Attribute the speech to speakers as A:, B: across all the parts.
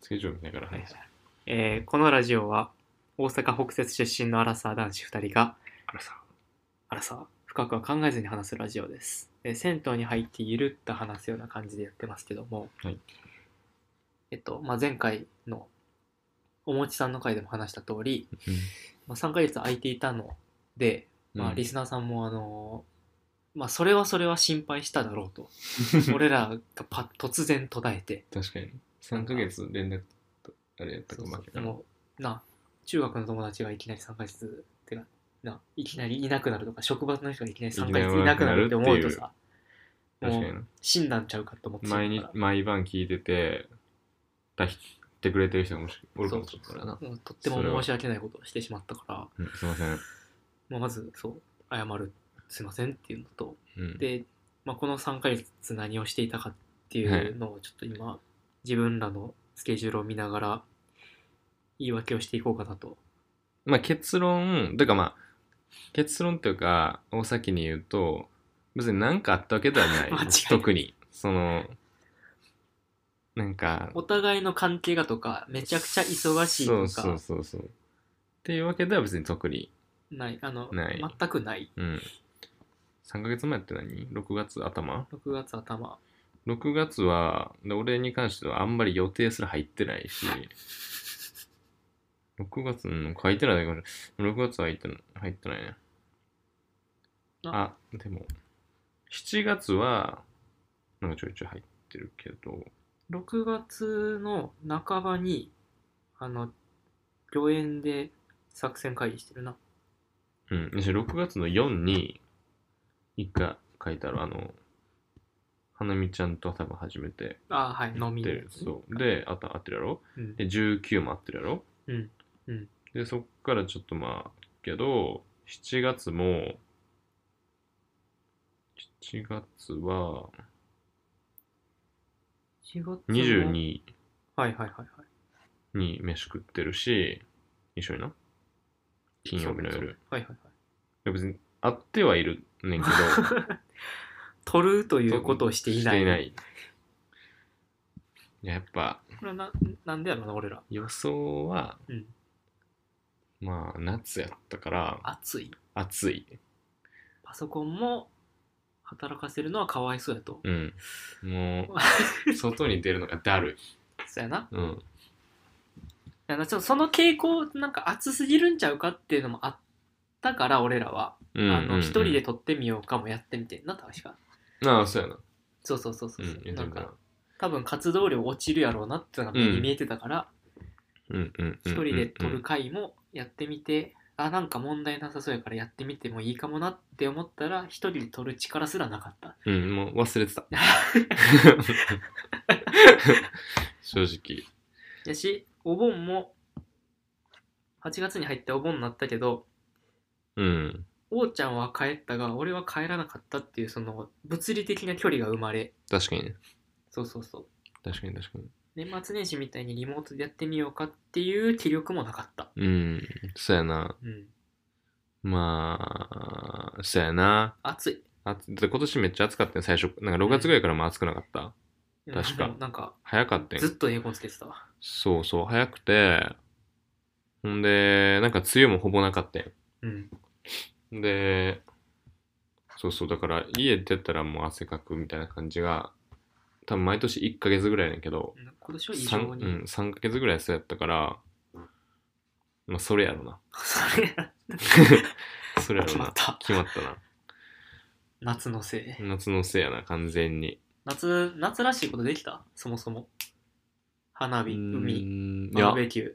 A: 正常見ながら話す。
B: えーこのラジオは大阪北節出身のアラサー男子2人が
A: あらさ。
B: アラサー深くは考えずに話すラジオです、えー銭湯に入ってゆるっと話すような感じでやってますけども、
A: はい
B: えっと、まあ、前回のおもちさんの回でも話した通り、まあ、3ヶ月空いていたので、まあ、リスナーさんもあのーまあ、それはそれは心配しただろうと俺らがパッ突然途絶えて
A: 確かに。3ヶ月連絡と、あれやった
B: そ
A: か
B: う
A: 負
B: そ
A: け
B: う
A: た
B: もうな中学の友達がいきなり3ヶ月ってかないきなりいなくなるとか職場の人がいきなり3ヶ月いなくなるって思うとさ
A: 確
B: も
A: かに
B: う
A: な。
B: 死んだんちゃうかと思ってしまう
A: 毎日、毎晩聞いてて、出してくれてる人もおるかもしれんからな。
B: そうもうとっても申し訳ないことをしてしまったから
A: うん、すいません。
B: まあ、まずそう謝るすいませんっていうのと
A: うん、
B: で、まあ、この3ヶ月何をしていたかっていうのをちょっと今、自分らのスケジュールを見ながら言い訳をしていこうかなと
A: まあ結論、というかまあ、結論というか、を先に言うと、別に何かあったわけではない
B: 間違いない。
A: 特に。その、なんか、
B: お互いの関係がとかめちゃくちゃ忙しいと
A: そ
B: か
A: うそうそうそう。っていうわけでは別に特に。
B: ないあの
A: ない
B: 全くない
A: うん。3ヶ月前って何 ?6 月頭
B: 6月頭
A: ?6 月は、で俺に関してはあんまり予定すら入ってないし、6月、うん、書いてないだけど、6月は入ってない入ってないね。あ、でも、7月は、なんかちょいちょい入ってるけど、
B: 6月の半ばにあの御苑で作戦会議してるな
A: うん、で6月の4に、一回書いてある、あの、花見ちゃんと多分初めて
B: あはい飲み
A: で
B: で
A: そう。で、あと合ってるやろ
B: うん
A: で、19も合ってるやろ
B: うんうん
A: で、そっからちょっとまあ、けど、7月も、7月は、
B: 4月も
A: 22
B: はいはいはいはい
A: に飯食ってるし、一緒にな。金曜日の
B: そう
A: 夜
B: そう。はいはいはい
A: いや別に会ってはいるね んけ
B: 取るとい
A: ど
B: うことをしていない
A: していないいややっぱ
B: これはななんでやろうな俺ら
A: 予想は、
B: うん
A: まあ夏やったから
B: 暑い
A: 暑い
B: パソコンも働かせるのはかわいそうやと、
A: うんもう外に出るのがだる
B: そうやない
A: うん
B: あのちょっとその傾向なんか暑すぎるんちゃうかっていうのもあったから俺らは
A: うん
B: あの
A: うん
B: 一人で撮ってみようかもやってみてんな確か
A: うんああそうやな
B: そうそうそうそうう、
A: ん言うて
B: な
A: る
B: ん
A: から
B: か多分活動量落ちるやろうなっていうのが目に見えてたから
A: うんうんうん
B: 一、人で撮
A: うんう
B: る
A: ん
B: 回もやってみて、あなんか問題なさそうやからやってみてもいいかもなって思ったら一人で撮る力すらなかった
A: うんもう忘れて た正直
B: やしお盆も8月に入ってお盆になったけど
A: うん
B: 王ちゃんは帰ったが俺は帰らなかったっていうその物理的な距離が生まれ
A: 確かにね
B: そうそうそう
A: 確かに確かに
B: 年末年始みたいにリモートでやってみようかっていう気力もなかった
A: うんそうやな
B: うん
A: まあ、そうやな。
B: 暑い
A: あだって今年めっちゃ暑かったね、最初。なんか6月ぐらいからもう暑くなかった。確か
B: もうなんか
A: 早かったよ
B: ずっ。とエアコンつけてたわ
A: そうそう、早くて。ほんで、なんか梅雨もほぼなかったよ。
B: うん
A: で、そうそう、だから家出たらもう汗かくみたいな感じが、多分毎年1ヶ月ぐらいやねんけど、
B: 今年は異常
A: 3, う
B: に、
A: ん、3ヶ月ぐらいそうやったから、まあそれや ろな。
B: それ
A: それやろ
B: 決まっ
A: な。
B: た
A: 決まったな。
B: 夏のせい、
A: 夏のせいやな、完全に。
B: 夏夏らしいことできたそもそも花火海
A: 海
B: バーベキュー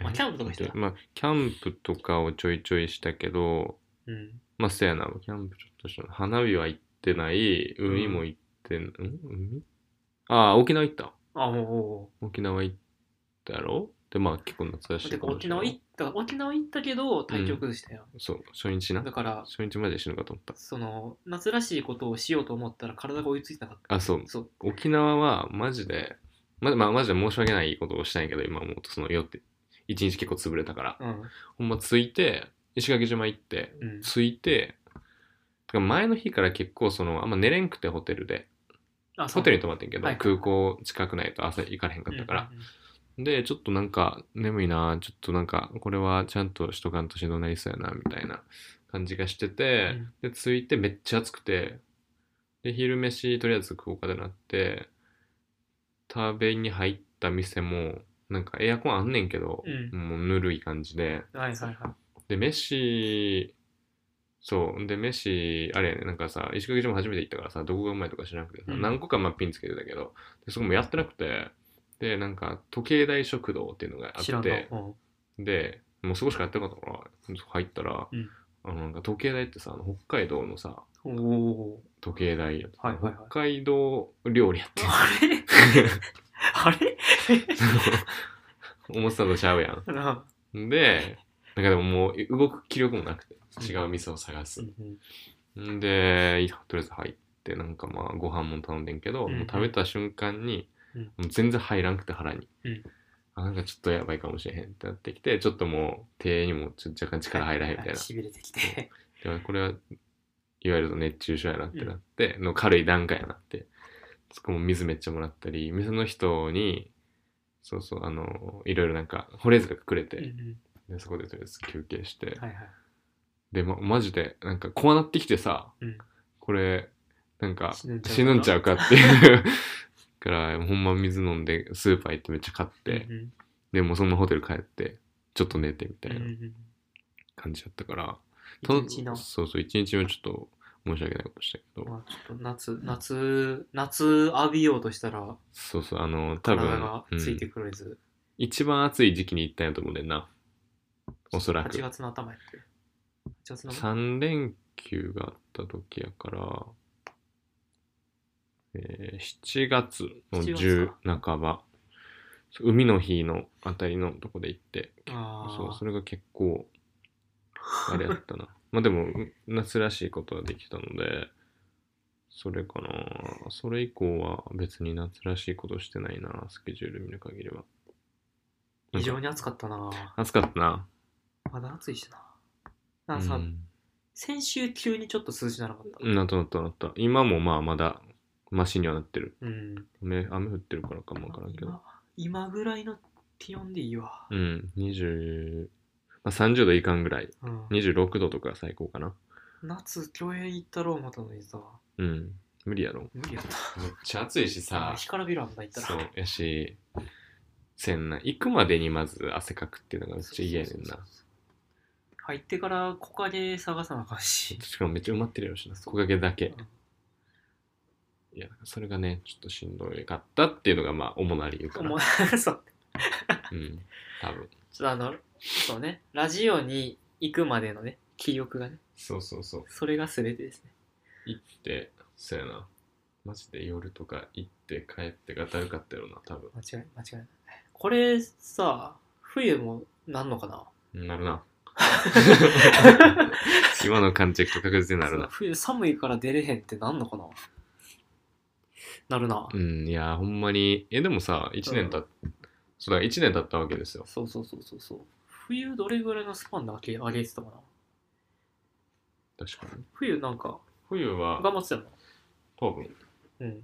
B: まあ
A: え
B: キャンプとかしてた
A: まあ、キャンプとかをちょいちょいしたけど、
B: うん
A: まあ、せやな、キャンプちょっとしたな。花火は行ってない、海も行ってん、うん、海ああ、沖縄行った。
B: あも
A: 沖縄行ったやろで、まあ、結構夏らし
B: う
A: い
B: てか沖縄行った沖縄行ったけど体調崩したよ、
A: そう、初日な
B: だ。から
A: 初日まで死ぬかと思った。
B: その夏らしいことをしようと思ったら体が追いついてなかっ
A: あ、そう
B: た。そう
A: 沖縄は、マジで、ま、まあ、マジで申し訳ないことをしたんやけど、今もうその、よって、一日結構潰れたから。
B: うん
A: ほんま、着いて、石垣島行って、
B: うん
A: 着いて、てか前の日から結構その、あんま寝れんくてホテルで、
B: あそう
A: ホテルに泊まってんけど、
B: はい
A: 空港近くないと朝行かれへんかったから、
B: うんうんうん
A: で、ちょっとなんか眠いな、ちょっとなんかこれはちゃんとしとかんとしんどなりそうやな、みたいな感じがしてて、で、着いてめっちゃ暑くて、で、昼飯とりあえず食おうかってなって、食べに入った店も、なんかエアコンあんねんけど、
B: うん
A: もうぬるい感じで、
B: はいはいは
A: で、飯、そう。で、飯、あれやね、なんかさ、石垣島初めて行ったからさ、どこがうまいとか知らなくてさ、
B: うん
A: 何個かまあピンつけてたけど、でそこもやってなくて、で、なんか、時計台食堂っていうのが
B: い。
A: あ
B: 知ら
A: っ
B: んな。
A: て
B: う、ん
A: で、もうそこしかやってなかったから、入ったら、
B: うん
A: あの、なんか時計台ってさ、あの北海道のさ、
B: おお
A: 時計台やって
B: はいはいはい
A: 北海道料理や って
B: ー。あれあれ
A: 思ってたのちゃうや。
B: なん
A: で、なんかでももう動く気力もなくて、違う店を探す。
B: うん
A: んで、いやとりあえず入って、なんかまあ、ご飯も頼んでんけど、
B: うんうん
A: もう食べた瞬間に、
B: うん
A: もう全然入らんくて腹に。
B: うん
A: あ、なんかちょっとやばいかもしれへんってなってきて、ちょっともう、手にもちょ若干力入らへんみたいな。
B: しびれてきて。
A: でもこれは、いわゆる熱中症やなってなって、の軽い段階やなって。そこも水めっちゃもらったり、店の人に、そうそう、あの、いろいろなんか、保冷剤がくれ
B: うんう
A: て、
B: ん
A: でそこでとりあえず休憩して、
B: はいはい。
A: で、ま、マジで、なんか、こうなってきてさ、
B: うん
A: これ、なんか、
B: 死ぬんちゃうか
A: 死ぬんちゃうかっていう。 から、ほんま水飲んで、スーパー行ってめっちゃ買って、
B: うんうん
A: でもうそのホテル帰って、ちょっと寝てみたい
B: うんう
A: なん感じだったから、
B: 一
A: と
B: 日の、
A: そうそう、一日はちょっと申し訳ないことしたけど、
B: まあ、ちょっと夏、夏、夏浴びようとしたら、
A: そうそう、あの、多
B: 体
A: 分、
B: が
A: うん
B: ついてくれず、
A: 一番暑い時期に行ったんやと思うねんな。おそらく
B: 8。月の頭やって。8月の
A: 3連休があった時やから、えー7月の10
B: 7
A: 半ばそう海の日のあたりのとこで行って
B: あ
A: そう
B: あ
A: それが結構あれやったなまあでも夏らしいことはできたのでそれかなそれ以降は別に夏らしいことしてないなスケジュール見る限りは
B: 非常
A: に
B: に暑かったな
A: 暑かったな
B: まだ暑いしな。なんかさ、
A: うん
B: 先週急にちょっと涼しくならなかった。
A: なったなったなった。今もまあまだマシにはなってる。
B: うん。
A: 雨雨降ってるからかもわからんけど。
B: 今今ぐらいの気温でいいわ。
A: うん、20、まあ、30度いかんぐらい。
B: うん
A: 26度とか最高かな。
B: 夏、競泳行ったろう思ったのにさ、
A: うん、無理やろ。
B: 無理やった。
A: めっちゃ暑いし
B: あ干からびるあんな行ったら。
A: そうやし、せんな。行くまでにまず汗かくっていうのがめっちゃ嫌やねんな。
B: 入ってから木陰探さなあかん し。
A: しかもめっちゃ埋まってるやろしな。木陰だけ。いや、それがね、ちょっとしんどいかったっていうのがまあ主な理由か
B: うんも
A: な。
B: うそう。
A: うん、多分。
B: ちょっとあの、そうね、ラジオに行くまでのね、記憶がね、
A: そうそうそう。
B: それが全てですね。
A: 行ってそうやなマジで夜とか行って帰ってがだるかったよな多分
B: 間違い、間違いない。これさ、冬もなんのかな
A: なるな今の感じと確実になる
B: そう
A: な
B: 冬寒いから出れへんってなんのかななるな。
A: うんいやほんまにえでもさ1年たっ、そうだ1年経ったわけですよ
B: そうそうそうそうそう。冬どれぐらいのスパンで上げ上げてたかな
A: 確かに
B: 冬なんか、
A: 冬は
B: 頑張ってたの
A: 多分
B: うん。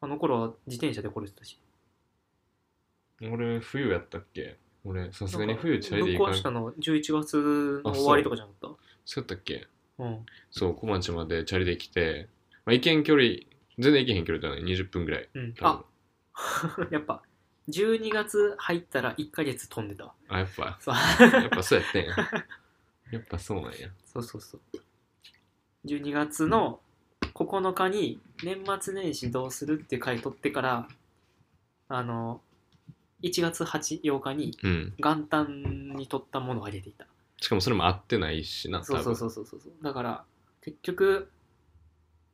B: あの頃は自転車で来れてたし。
A: 俺冬やったっけ俺さすがに冬チャリで
B: ぶ
A: 行
B: っ
A: か
B: 壊
A: ん
B: した
A: そう
B: の11月の終わりとかじゃなかっ
A: やったっけ
B: たうん。
A: そう小町までチャリで来て、まあ、行けん距離全然行けへん距離じゃない20分ぐらい
B: うん。
A: 多
B: あ
A: 分、
B: やっぱ、12月入ったら1ヶ月飛んでたわ。
A: あやっぱ
B: そう
A: やっぱそうやってん や。やっぱそうなんや。
B: そうそうそう。12月の9日に年末年始どうするって回取ってから、あの、1月8、8日に
A: うん。
B: 元旦に取ったものをあげていた。
A: しかもそれも合ってないしな、
B: そうそう
A: う。
B: そうそうそう。だから、結局、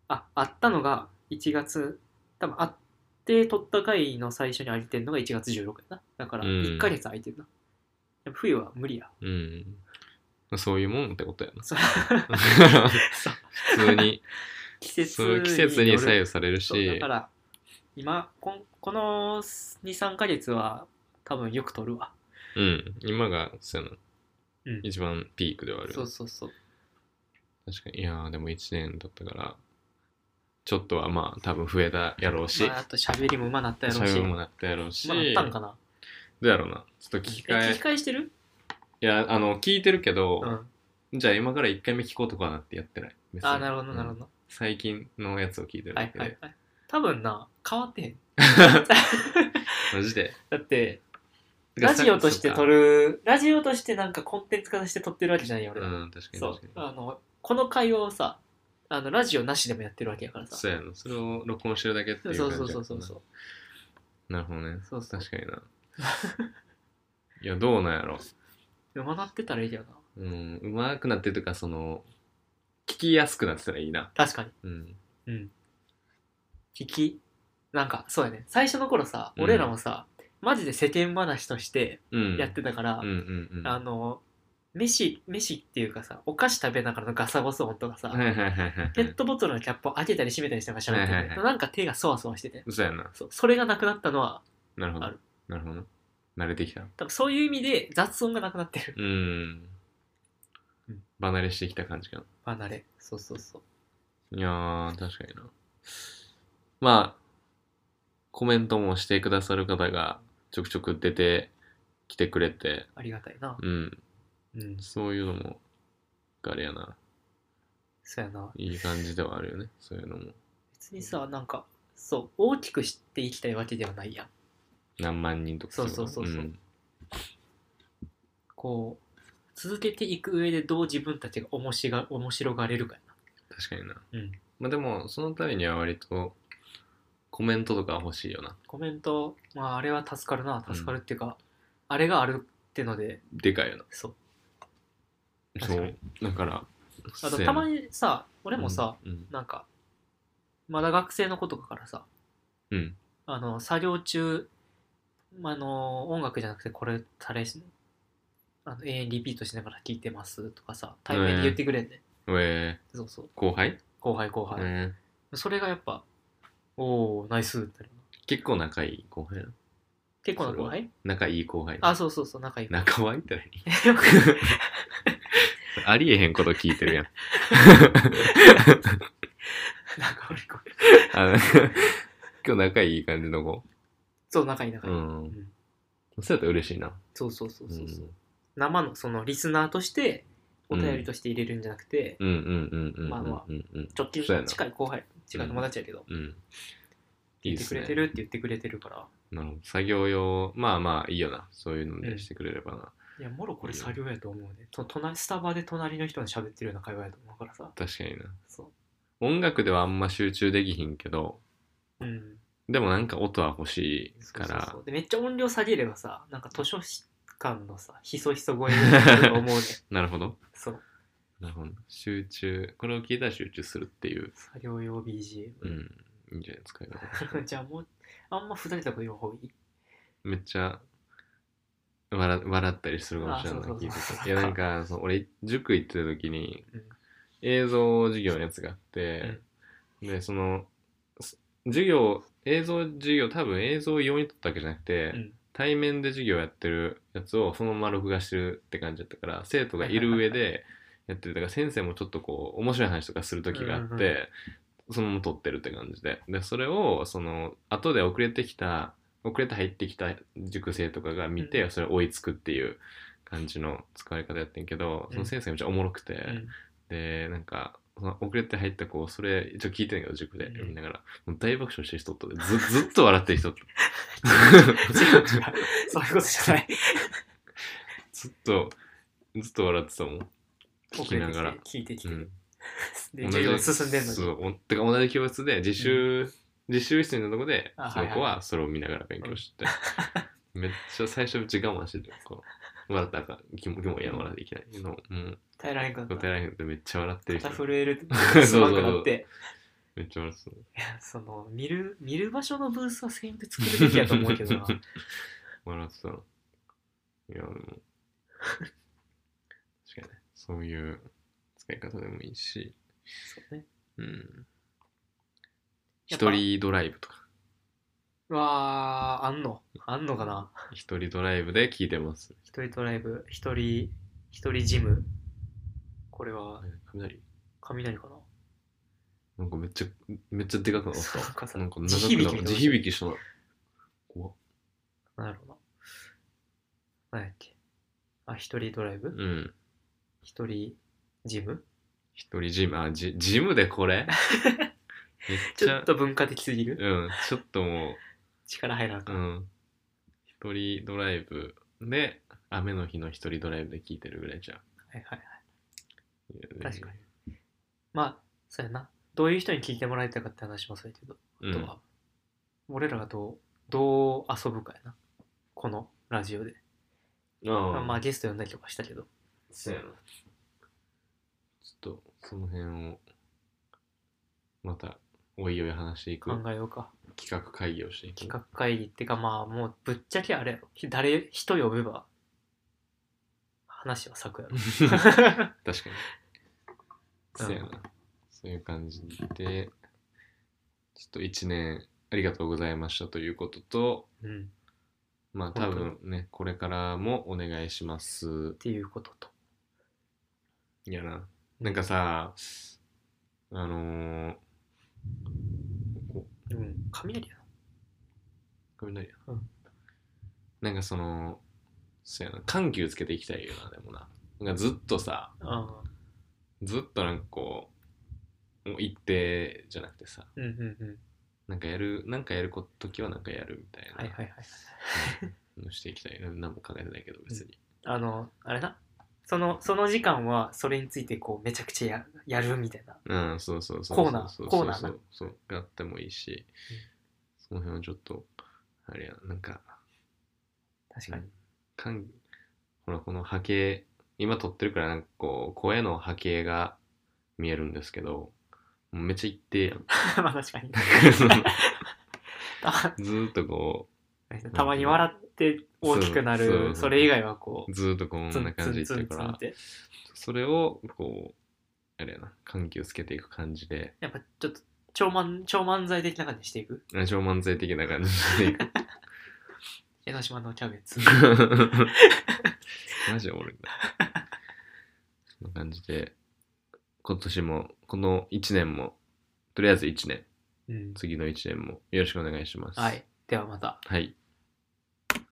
B: あ、あったのが1月、多分あって取った回の最初にあげてるのが1月16日だな。だから、
A: うん
B: 1ヶ月空いてるな。やっぱ冬は無理や。
A: うん。そういうもんってことやな。
B: そう そう
A: 普通 に、
B: 季節
A: そういう季節
B: よ
A: に
B: る
A: 左右されるし
B: そう、だから今こんこの23か月は多分よく撮るわ
A: うん。今が、そうやな。
B: うん
A: 一番ピークではある。
B: そうそうそう
A: 確かに。いやーでも1年だったから、ちょっとはまあ、多分増えたやろうし
B: まあ、、あと喋りもうまなったやろう
A: 喋
B: し
A: り
B: う
A: もなったやろうし、
B: まなったんかな
A: どうやろうな。ちょっと聞き
B: え聞
A: 返
B: き返してる
A: いや、あの、聞いてるけど
B: う、ん。
A: じゃあ今から1回目聞こうとかなってやってない。別に
B: あ、なるほど、なるほど。
A: 最近のやつを聞いてるだ
B: はい
A: け
B: はい
A: で。
B: はい。多分な、変わってへ ん。
A: マジで。
B: だって、ラジオとして撮
A: る。
B: る、ラジオとしてなんかコンテンツ化して撮ってるわけじゃないよ、
A: う
B: 俺は。
A: ん、確かに
B: そう
A: 確かに。。
B: あの、この会話をさ、あの、ラジオなしでもやってるわけやからさ。
A: そうやな。それを録音してるだけっていう
B: そ
A: 感
B: う
A: じ
B: そう
A: や
B: そ
A: もん
B: う
A: な
B: そうそう。
A: なるほどね。
B: そうそう
A: 確かに な。いや、どうなんやろ。
B: でも学ってたらいいけどな。
A: うん、うまくなってるというか、その、聞きやすくなってたらいいな。
B: 確かに。
A: うん。
B: うん。聞き、なんか、そうやね。最初の頃さ、
A: うん
B: 俺らもさ、マジで世間話として
A: うん。
B: やってたから、
A: うんうんうん。
B: あ
A: は
B: の、飯、飯っていうかさ、お菓子食べながらのガサゴソ音とかさ、
A: いはいはいはいはい。
B: ペ ットボトルのキャップを開けたり閉めたりしながら喋ってる、
A: はいはいはい
B: なんか手がそわそわしてて。
A: そうやな。
B: そうそれがなくなったのは、
A: なるほど
B: ある。
A: なるほど。慣れてきた。
B: 多分そういう意味で雑音がなくなってる。
A: うん
B: うん。
A: 離れしてきた感じかな。
B: 離れ。そうそうそう。
A: いやー、確かにな。まあ、コメントもしてくださる方がちょくちょく出てきてくれて、
B: ありがたいな。
A: うん、
B: うん。
A: そういうのも、あれやな、
B: そうやな。
A: いい感じではあるよね、そういうのも。
B: 別にさ、なんか、そう、大きく知っていきたいわけではないやん。
A: 何万人とか
B: そうそうそうそうんこう、続けていく上でどう自分たちが面白が面白がれるかや
A: 確かにな。
B: な。うん。
A: まあでも、そのためには割と、コメントとか欲しいよな。
B: コメント、まあ、あれは助かるな。助かるっていうか、あれがあるってので、
A: でかいよな。
B: そう。
A: そ
B: 確かに
A: う。だから、
B: あと、
A: せや
B: た
A: な
B: まにさ、俺もさ、、
A: うん
B: なんか、まだ学生の子とかからさ、
A: うん。
B: あの、作業中、まああの、音楽じゃなくて、これ、たれ、あの永遠リピートしながら聴いてますとかさ、対面で言ってくれんね、
A: うんえー、
B: そうそう。
A: 後輩、
B: 後輩後輩。
A: えー
B: それがやっぱ、おー、ナイスってなる
A: 結構仲いい後輩なの
B: 結構な後輩
A: 仲いい後輩なの
B: あ、そうそうそう、仲いい。
A: 仲はいいって何ありえへんこと聞いてる やん。
B: 仲いい子。
A: あの今日仲いい感じの子。
B: そう、仲いい仲いうい。
A: ん。
B: ん
A: そうやったら嬉しいな。
B: そうそうそうそうそう
A: う。
B: 生の、その、リスナーとして、お便りとして入れるんじゃなくて、
A: んうんうんうんうんうんうん。
B: まあまあ
A: うんうん
B: 直近
A: そうやな
B: 近い後輩、近い友達やけど、
A: うん。い
B: 言
A: い
B: っ
A: ってす
B: くれ
A: ね
B: て。るって言ってくれてるから、
A: なるほど作業用、まあまあいいよな。そういうのでしてくれればな。
B: いや、もろこれ作業やと思うね。と隣スタバで隣の人に喋ってるような会話やと思うからさ。
A: 確かにな。
B: そ
A: 音楽ではあんま集中できひんけど、
B: う。うん。
A: でもなんか音は欲しい
B: そう
A: か
B: そう
A: ら
B: そう。で、めっちゃ音量下げればさ、なんか図書館のさ、ひそひそ声になる と思うね。
A: なるほど。
B: そう。
A: なるほど。集中。これを聞いたら集中するっていう。
B: 作業用 BGM。
A: うん。いいんじゃないですか。
B: じゃあもう、あんまふざけたこと言う方がいい。
A: めっちゃ笑笑ったりするかもしれない
B: あそうそうそう
A: 聞い てていやなんかその俺塾行ってた時に
B: うん
A: 映像授業のやつがあって、でそのす授業映像授業多分映像を用に撮ったわけじゃなくて、
B: うん
A: 対面で授業やってるやつをそのまま録画してるって感じだったから生徒がいる上でやってるだから先生もちょっとこう面白い話とかする時があって、
B: うんう
A: そのまま撮ってるって感じででそれをその後で遅れてきた遅れて入ってきた塾生とかが見て、
B: う
A: それを追いつくっていう感じの使い方やってんけど、その先生がめっちゃおもろくて、
B: うん。
A: でなんかその遅れて入った子それ一応聞いてんだけど塾で
B: うん
A: 見ながら、もう大爆笑してる人とってず ずっと笑ってる人と
B: 違う違う。そういうことじゃない。
A: ずっとずっと笑ってたもん、 聞きながら
B: 遅れてきて聞いてきて
A: う
B: る。
A: ん、
B: で、授業進んでんの
A: そ
B: に。
A: うおてか同じ教室で自習、自習室のとこで
B: あ
A: その子
B: はい
A: はそれを見ながら勉強して、めっちゃ最初うち我慢しててこう笑ったらあかん気も気もいや笑っていけないのうん
B: 耐えられんかった。
A: 答えられへんってめっちゃ笑ってる人
B: 肩震え
A: そ
B: る
A: う。
B: す
A: そう
B: ご
A: そう
B: くなって。
A: めっちゃ笑ってた
B: いやその見る見る場所のブースは全部作るべきやと思うけどな
A: 笑ってたの。い や、でも。確かにね。そういう使い方でもいいし。
B: そうね
A: うん。
B: やっぱ
A: 一人ドライブとか。
B: うわーあんのあんのかな
A: 一人ドライブで聞いてます。
B: 一人ドライブ一人一人ジムこれは
A: 雷
B: 雷かな
A: なんかめっちゃ、めっちゃでかくなっ
B: そうなんか
A: た。
B: さ
A: なんか
B: 地響きみたいな
A: 地響きしたな。怖っ
B: なるほど何やっけあ一人ドライブ
A: うん。
B: 一人ジム
A: 一人ジム、あ、ジジムでこ れめっ
B: ち
A: ち
B: ょ
A: ゃ
B: っ、と文化的すぎる
A: うん、ちょっとも
B: 力入らん
A: う、
B: か
A: う
B: ら、
A: ん。一人ドライブで、雨の日の一人ドライブで聴いてるぐらいじゃん。
B: はいはいはい確かにまあそうやなどういう人に聞いてもらいたいかって話もそうやけど、
A: うん。
B: とか俺らがどうどう遊ぶかやなこのラジオで、まあ、まあゲスト呼んだりとかしたけど
A: そうやな。ちょっと、その辺を、また、おいおい話していく
B: 考えようか
A: 企画会議をしていく。
B: 企画会議ってかまあもうぶっちゃけあれやろひ誰人呼べば話は咲くやろ
A: 確かに。
B: うん
A: そうやな。そういう感じで、ちょっと一年ありがとうございましたということと、
B: うんっ
A: まあ多
B: 本当に
A: 分ね、これからもお願いします。
B: ていうことと
A: いやな。なんかさ、あのー、こ
B: うん雷やな
A: 雷や
B: うん
A: なんかその、そうやな、緩急つけていきたいよな、でもな。なんかずっとさ、
B: ああ
A: ずっとなんかこう、もう一定じゃなくてさ、
B: うんうんうん
A: なんかやる、なんかやることきはなんかやるみたいな。
B: はいはいはい
A: のしていきたい。何も考えてないけど、別に。
B: あのあれなそのその時間はそれについてこうめちゃくちゃややるみたいな
A: うん、そうそうそう。
B: コーナー
A: そう
B: コ
A: そ
B: ー
A: う
B: ナ
A: そう
B: ーな
A: そうそう、やってもいいし、その辺はちょっと、あれや、なんか、
B: 確かに、
A: かんほら、この波形、今撮ってるから、なんかこう、声の波形が見えるんですけど、もうめっちゃ一定 やん。
B: まあ確かにた
A: ずーっとこ
B: たまに笑って大きくなる、
A: そうそう
B: それ以外はこ
A: う、ずーっとこん
B: うツ
A: な
B: ンツ
A: 感じでい
B: ン
A: って
B: ツン
A: る
B: ツ
A: か
B: ンっ
A: ら、
B: て
A: それを、こう、あれやな、緩急つけていく感じで、
B: やっぱちょっと超漫超漫才的な感じにしていく
A: ラジオ漫才的な感じでいく
B: 江ノ島のキャベツ
A: マジおもろいな。そんな感じで、今年も、この1年も、とりあえず1年、
B: うん
A: 次の1年もよろしくお願いします。
B: はい。ではまた
A: はい。